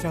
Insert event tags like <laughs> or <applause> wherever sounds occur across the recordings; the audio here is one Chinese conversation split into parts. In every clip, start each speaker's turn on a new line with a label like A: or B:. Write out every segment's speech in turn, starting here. A: 就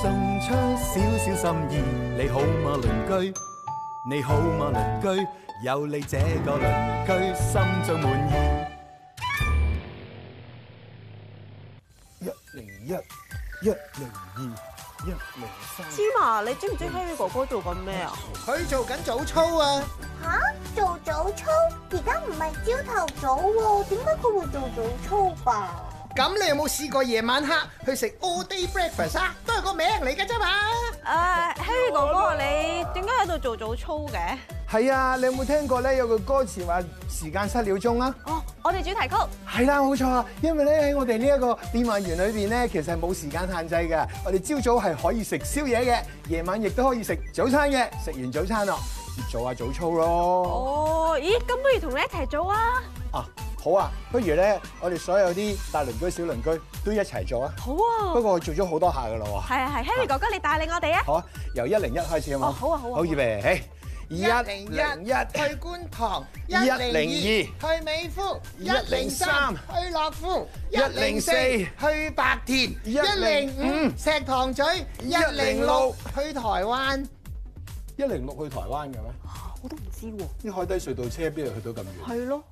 A: 送出少少心意，你好嗎鄰居？你好嗎鄰居？有你這個鄰居，心中滿意。一零一，一零二，一零三。
B: 芝麻，你知唔知 Harry 哥哥做緊咩啊？
C: 佢做緊早操啊！
D: 吓？做早操？而家唔係朝頭早喎，點解佢會做早操吧？
C: 咁你有冇試過夜晚黑去食 all day breakfast 啊？都係個名嚟㗎啫
B: 誒
C: 嘛。
B: ，Harry 哥哥，你點解喺度做早操嘅？
C: 係啊，你有冇聽過咧？有句歌詞話時間失了蹤啊？
B: 哦，我哋主題曲。
C: 係啦，冇錯啊。因為咧喺我哋呢一個變幻園裏邊咧，其實係冇時間限制嘅。我哋朝早係可以食宵夜嘅，夜晚亦都可以食早餐嘅。食完早餐咯，做下早操咯。
B: 哦，咦，咁不如同你一齊做啊！
C: 啊，好啊，不如咧，我哋所有啲大鄰居、小鄰居都一齊做啊。
B: 好啊。
C: 不過我做咗好多下噶啦喎。
B: 係啊係，Harry 哥哥，你帶領我哋啊！
C: 好啊，由一零一開始好冇？
B: 哦好啊好啊
C: 好預備，起一
E: 零一
C: 零一，
E: 去觀塘，
C: 一零二
E: 去美孚，
C: 一零三
E: 去樂富，
C: 一零四
E: 去白田，
C: 一
E: 一
C: 零
E: 零
C: 五
E: 五石塘咀，
C: 一
E: 一
C: 零
E: 零
C: 六
E: 六去台灣。
C: 一零六去台灣嘅咩？
B: 啊我都唔知喎。
C: 啲海底隧道車邊度去到咁遠？
B: 係咯。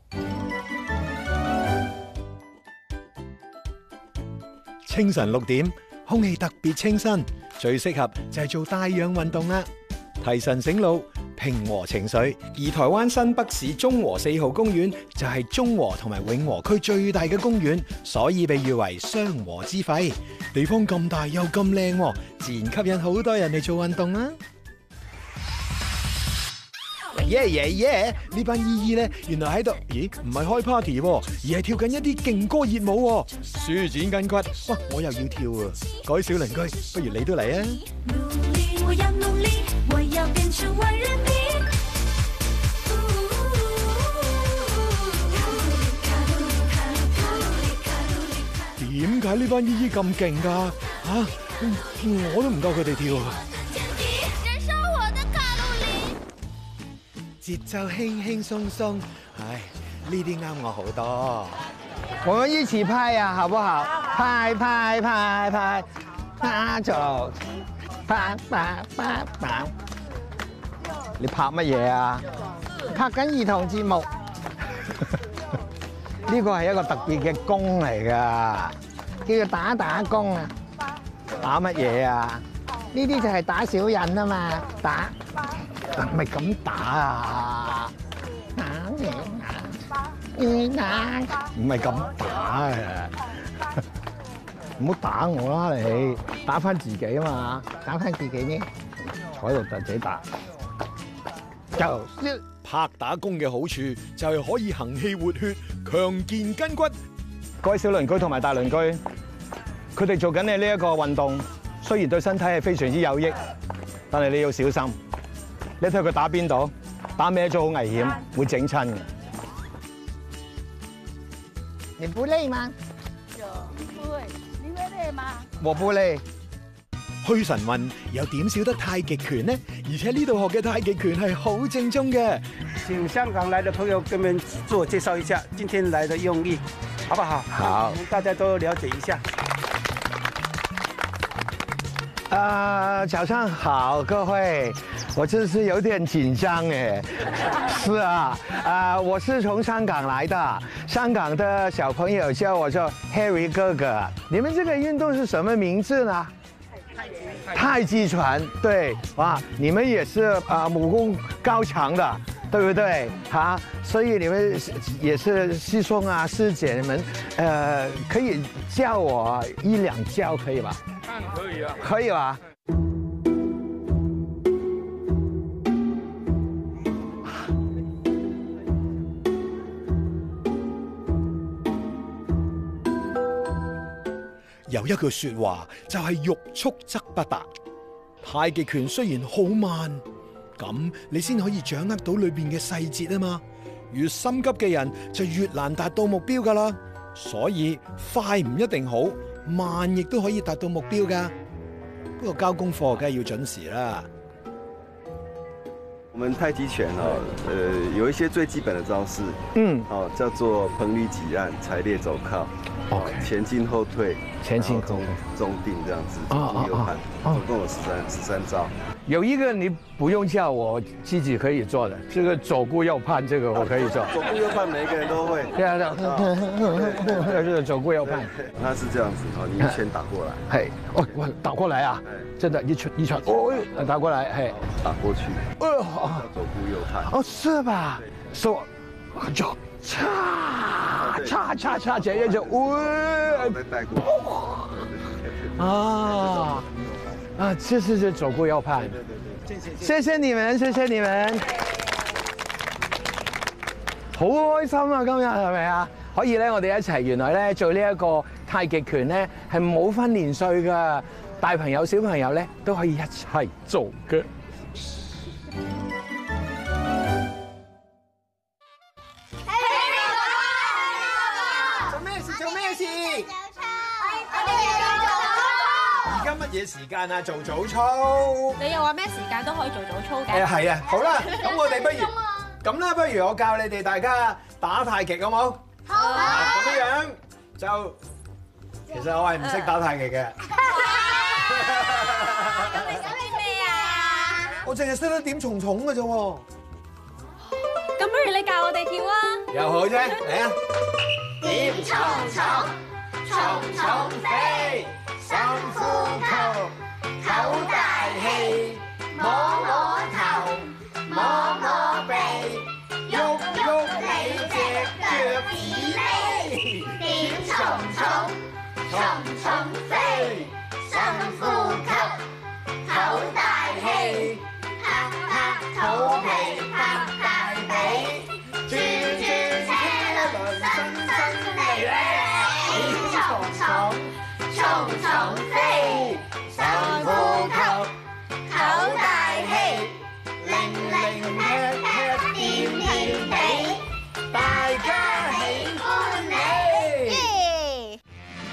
A: 清晨六點，空氣特別清新，最適合就係做帶氧運動啦，提神醒腦，平和情緒。
F: 而台灣新北市中和四號公園就係中和同埋永和區最大嘅公園，所以被譽為雙和之肺。地方咁大又咁靚喎，自然吸引好多人嚟做運動啦。耶耶耶！呢班姨姨呢，原來喺度，咦？唔係開 party 喎，而係跳緊一啲勁歌熱舞喎，舒展筋骨。哇！我又要跳啊！各位小鄰居，不如你都嚟啊！
G: 努力，我要努力，我要变成万人迷。
F: 點解呢班姨姨咁勁㗎？嚇、我都唔夠佢哋跳啊！
G: 燃烧我的卡路里。
F: 節奏輕輕鬆鬆，唉，呢啲啱我好多。
C: 我們一起拍呀、好不好？拍拍拍拍，拍走，拍拍拍拍。你拍乜嘢啊？拍緊兒童節 <laughs> 目。呢個係一個特別嘅工嚟㗎，叫做打打工啊。打乜嘢啊？呢啲就係打小人啊嘛，打唔係咁打啊，打嘢啊！唔係咁打嘅，唔好打我啦你，打翻自己啊嘛，打翻自己呢，坐喺度就自己打，就
F: 拍打工嘅好處就係可以行氣活血、強健筋骨。
C: 各位小鄰居同埋大鄰居，佢哋做緊嘅呢一個運動，雖然對身體係非常之有益，但係你要小心，你睇佢打邊度，打咩咗好危險，會整親嘅。
D: 你不累嗎？
C: 和布利。
F: 去神運又點少得太極拳呢？而且呢度學嘅太極拳係好正宗嘅。
H: 请香港来的朋友给我们做介绍一下今天来的用意，好不好？
C: 好
H: 我们大家都了解一下。
C: 啊、早上好，各位，我真是有点紧张哎。 <laughs> 是啊，啊、我是从香港来的，香港的小朋友叫我做 Harry 哥哥。你们这个运动是什么名字呢？太极拳，对，哇，你们也是啊、武功高强的，对不对？啊，所以你们是也是师兄啊师姐们，呃，可以教我一两教可以吧？可以吧？
F: 有一句说話就係欲速則不達。太極拳雖然好慢，咁你先可以掌握到裏邊嘅細節啊嘛。越心急嘅人就越難達到目標噶啦。所以快唔一定好，慢亦都可以達到目標噶。不過交功課梗係要準時啦。
I: 我们太极拳哦，呃，有一些最基本的招式
C: 嗯
I: 哦，叫做彭离挤按、裁裂走靠、
C: ，OK，
I: 前进后退、
C: 前进
I: 然后
C: 后退
I: 中中定这样子，
C: 啊
I: 左顾右盼，
C: 啊啊啊
I: 总共有十三十三招。
C: 有一个你不用叫我自己可以做的，这个左顾右盼，这个我可以 <laughs> 做。
I: 左顾右盼，每一个人都 <laughs> 会。
C: 对啊，对，啊就是左顾右盼。
I: 它是这样子哦，你一拳打过来，
C: 嘿，哦，我打过来啊，真的，一拳一拳，哦，哎打过来，嘿，
I: 打过去，
C: 哎呦，哦
I: 叫左顾右盼。
C: 哦，是吧？手，脚，
I: 哦
C: 叉叉叉叉，前面就，
I: 然后
C: 喂，
I: 再带哦过去。
C: 啊啊，这是这左顾右盼。谢谢你们，谢谢你們，好開心啊！今日係咪啊？可以咧，我哋一齊原來咧做呢一個太極拳咧係冇分年歲噶，大朋友小朋友咧都可以一齊做嘅。
E: 做咩事？做咩事？
F: 而家乜嘢時間啊？做早操？
B: 你又話咩時間都可以做早操
F: 誒
B: 嘅？
F: 係啊，好啦，咁我哋不如咁啦，不如我教你哋大家打太極好冇？好啊！咁樣就其實我係唔識打太 <laughs> 極嘅，我淨係識得點蟲蟲嘅啫喎，
B: 咁不如你教我哋跳啊！
F: 又好啫，嚟啊！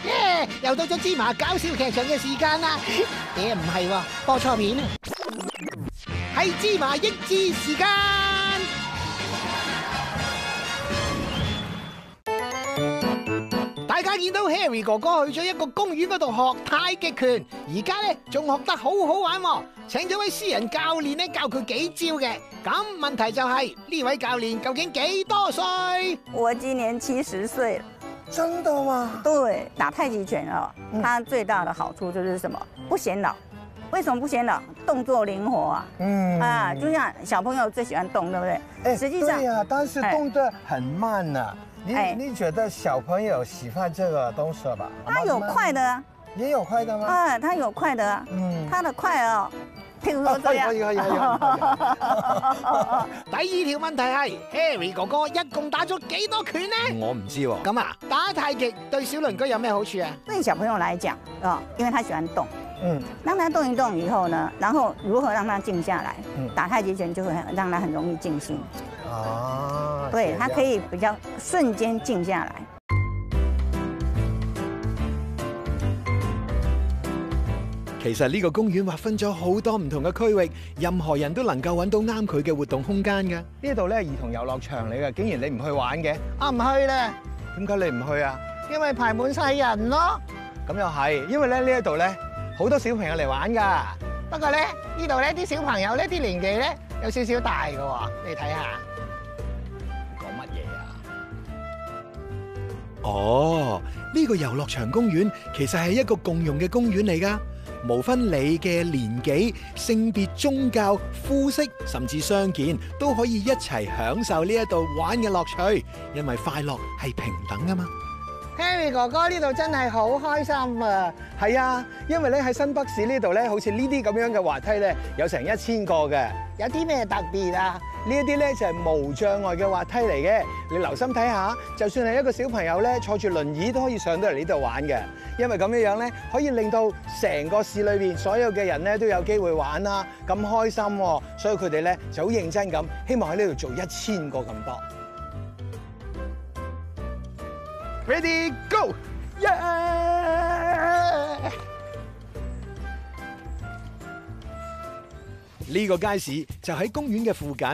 E: 耶！又到咗芝麻搞笑劇場嘅時間啦！ <laughs> 嘢唔係喎，播錯片啊！係芝麻益智時間。大家見到 Harry 哥哥去咗一個公園嗰度學太極拳，而家咧仲學得好好玩喎，請咗位私人教練咧教佢幾招嘅。咁問題就係、呢位教練究竟幾多歲？
J: 我今年七十岁了。
E: 真的嗎？
J: 对，打太极拳啊，它最大的好处就是什么？不显老。为什么不显老？动作灵活啊！
C: 嗯
J: 啊，就像小朋友最喜欢动，对不对？实际上
C: 对，啊，但是
J: 哎
C: 动得很慢呢、你
J: 哎
C: 你觉得小朋友喜欢这个东西吧？
J: 它有快的啊，
C: 也有快的吗？
J: 啊，它有快的啊，
C: 嗯，啊
J: 它的快哦，譬如说这样
C: 可以，可以可以。
E: 第二條問題係 Harry 哥哥一共打咗幾多拳呢？
F: 我唔知喎，
E: 咁啊，打太極對小鄰居有咩好處啊？
J: <laughs> 对小朋友来讲啊，因为他喜欢动，
C: 嗯，
J: 让他动一动以后呢，然后如何让他静下来
C: 嗯？
J: 打太极拳就会很让他很容易静心，
C: 啊，
J: 对他可
C: 以。
J: 以比较瞬间静下来。
F: 其實呢個公園劃分咗好多唔同嘅區域，任何人都能夠揾到啱佢嘅活動空間嘅。
C: 呢度咧兒童遊樂場嚟嘅，竟然你唔去玩嘅？啊，唔去咧。點解你唔去啊？
E: 因為排滿晒人咯。
C: 咁又係，因為咧呢一度咧好多小朋友嚟玩㗎。
E: 不過咧，呢度咧啲小朋友呢啲年紀咧有少少大嘅喎，你睇下。
C: 講乜嘢啊？
F: 哦，呢、個遊樂場公園其實係一個共用嘅公園嚟噶，無分你嘅年紀、性別、宗教、膚色，甚至相見，都可以一齊享受呢一度玩嘅樂趣，因為快樂係平等噶嘛。
E: Harry 哥哥呢度真係好開心啊！
F: 係啊，因為咧喺新北市呢度咧，好似呢啲咁樣嘅滑梯咧，有成一千個嘅。
E: 有啲咩特別啊？
F: 呢一啲咧就係無障礙嘅滑梯嚟嘅，你留心睇下，就算係一個小朋友咧坐住輪椅都可以上到嚟呢度玩嘅，因為咁樣樣咧可以令到成個市裏邊所有嘅人咧都有機會玩啦，咁開心喎，所以佢哋咧就好認真咁，希望喺呢度做一千個咁多。
C: Ready go！耶！
F: 呢個街市就喺公園嘅附近，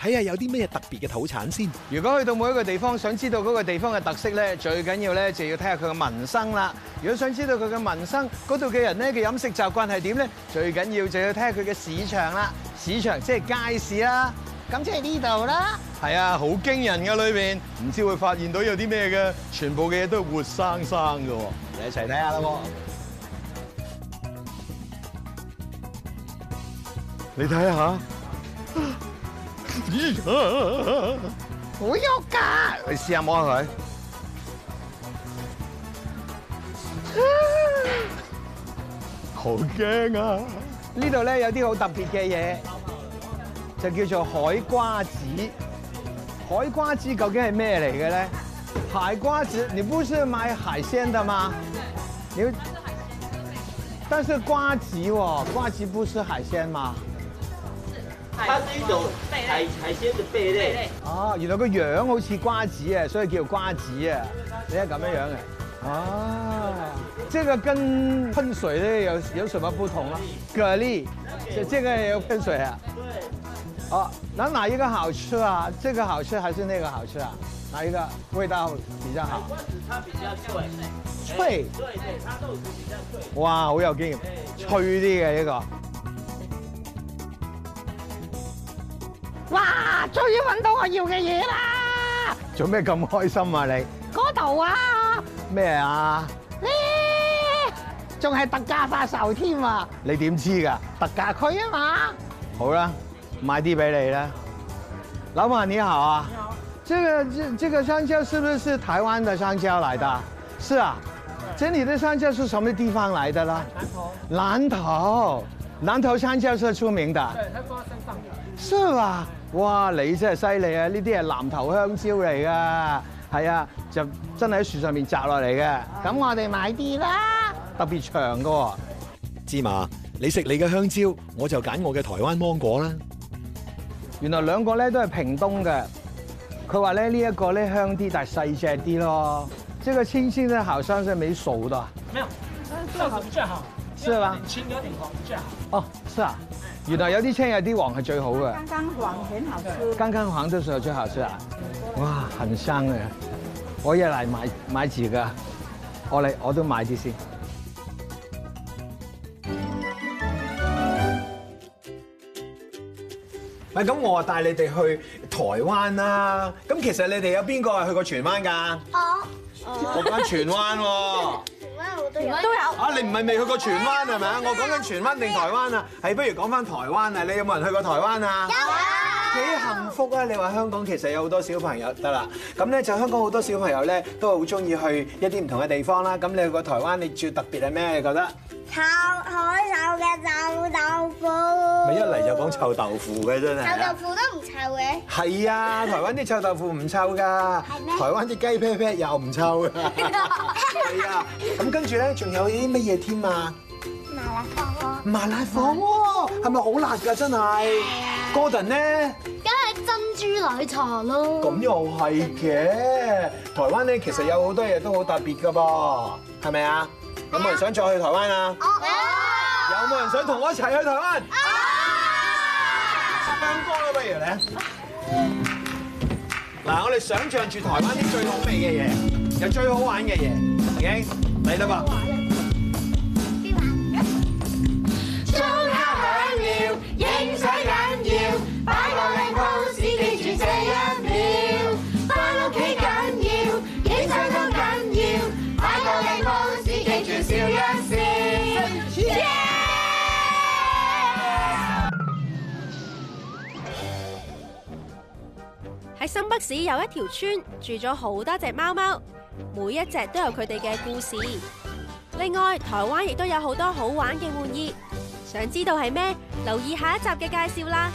F: 睇下有啲咩特別嘅土產先。
C: 如果去到每一個地方，想知道嗰個地方嘅特色咧，最緊要咧就要睇下佢嘅民生啦。如果想知道佢嘅民生，嗰度嘅人咧嘅飲食習慣係點咧，最緊要就要睇下佢嘅市場啦。市場即係街市啦。
E: 咁即係呢度啦。
C: 係啊，好驚人㗎裏邊，唔知會發現到有啲咩嘅，全部嘅嘢都係活生生㗎喎。你一齊睇下啦喎！你睇下，咦
F: 哎
E: 好喐㗎！
C: 你哎試下摸
F: <laughs>
C: 下佢。好驚啊！
F: 呢度咧有啲好特別嘅嘢，就叫做海瓜子。海瓜子究竟係咩嚟嘅咧？
C: 海瓜子，你不是買海鮮的嗎？你，但是瓜子哦，瓜子不是海鮮嗎？
K: 它是一种海海鲜的贝类。
C: 哦，原來個樣好似瓜子啊，所以叫瓜子啊。你係咁樣樣嘅。啊，這個跟噴水的有有什麼不同啊？蛤蜊，這這個也有噴水啊。哦，那哪一個好吃啊？這個好吃還是那個好吃啊？哪一個味道比較好？
K: 瓜子它比较脆，
C: 脆
K: 对对，它肉质比较脆。
C: 哇，好有經驗，脆啲嘅呢
E: 哇！終於揾到我要嘅嘢啦！
C: 個。做咩咁開心啊你？
E: 嗰度啊，
C: 咩啊？
E: 呢仲係特價發售添啊！
C: 你點知㗎？特價
E: 嗱，佢啊嘛，
C: 好啦，買啲俾你啦。老闆你好啊，你好。這個这这個香蕉是不是是台灣的香蕉來的啊？是啊。這裡的香蕉是什麼地方來的啦？南投。南投香蕉是出名的。
K: 它放在身上
C: 是嘛？哇！你真係犀利啊！呢啲係南投香蕉嚟㗎，係啊，就真係喺樹上面摘落嚟嘅，
E: 咁我哋買啲啦。
C: 特別長㗎喎。
F: 芝麻，你食你嘅香蕉，我就揀我嘅台灣芒果啦。
C: 原來兩個咧都係屏東嘅，佢話咧呢一個咧香啲，但係細只啲咯。這個青青的好像是沒熟的，
K: 没有，这样子比较好，
C: 啊是吧？
K: 青有点黄比较好。
C: 哦，是啊，
K: 哎
C: 原來有啲青有啲黃係最好嘅，
J: 刚刚黄很好吃。
C: 剛剛黃的時候最好吃啊！哇，很香嘅，我也嚟買買幾個，我嚟我都買啲先。
F: 咪咁，我帶你哋去台灣啦。咁其實你哋有邊個係去過荃灣㗎？
D: 我
F: 我講荃灣喎。
D: 我都有
B: 都有
F: 啊，你唔係未去過荃灣係咪啊？我講緊荃灣定台灣啊？係不如講翻台灣啊？你有冇人去過台灣啊？幾幸福啊！你話香港其實有好多小朋友得啦，咁咧就香港好多小朋友咧都好中意去一啲唔同嘅地方啦。咁你去過台灣，你最特別係咩？你覺得？
D: 炒海手嘅臭豆腐，
F: 咪一嚟就講臭豆腐嘅真係。
D: 臭豆腐都唔臭嘅，
F: 係啊，台灣啲臭豆腐唔臭㗎，台灣啲雞啤啤又
D: <laughs>
F: 唔臭㗎。係啊，咁跟住咧仲有啲乜嘢添啊？
D: 麻辣火鍋，
F: 麻辣火鍋係咪好辣㗎？真係。Gordon
D: 啊
F: 咧
L: 梗係珍珠奶茶咯。
F: 咁又係嘅，台灣咧其實有好多嘢都好特別㗎噃，係咪啊？有冇人想再去台灣啊？有冇人想同我一齊去台灣？唱歌啦，不如你。嗱，我哋想象住台灣啲最好味嘅嘢，有最好玩嘅嘢，OK，嚟啦噃。
G: 鐘敲響了，影相緊要，擺個靚 pose 記住這一秒。翻屋企緊要，影相都緊要，擺個靚 pose 記住笑一笑。
B: 喺新北市有一條村住咗好多隻貓貓，每一隻都有佢哋嘅故事。另外，台灣亦都有好多好玩嘅玩意，想知道係咩？留意下一集嘅介紹啦。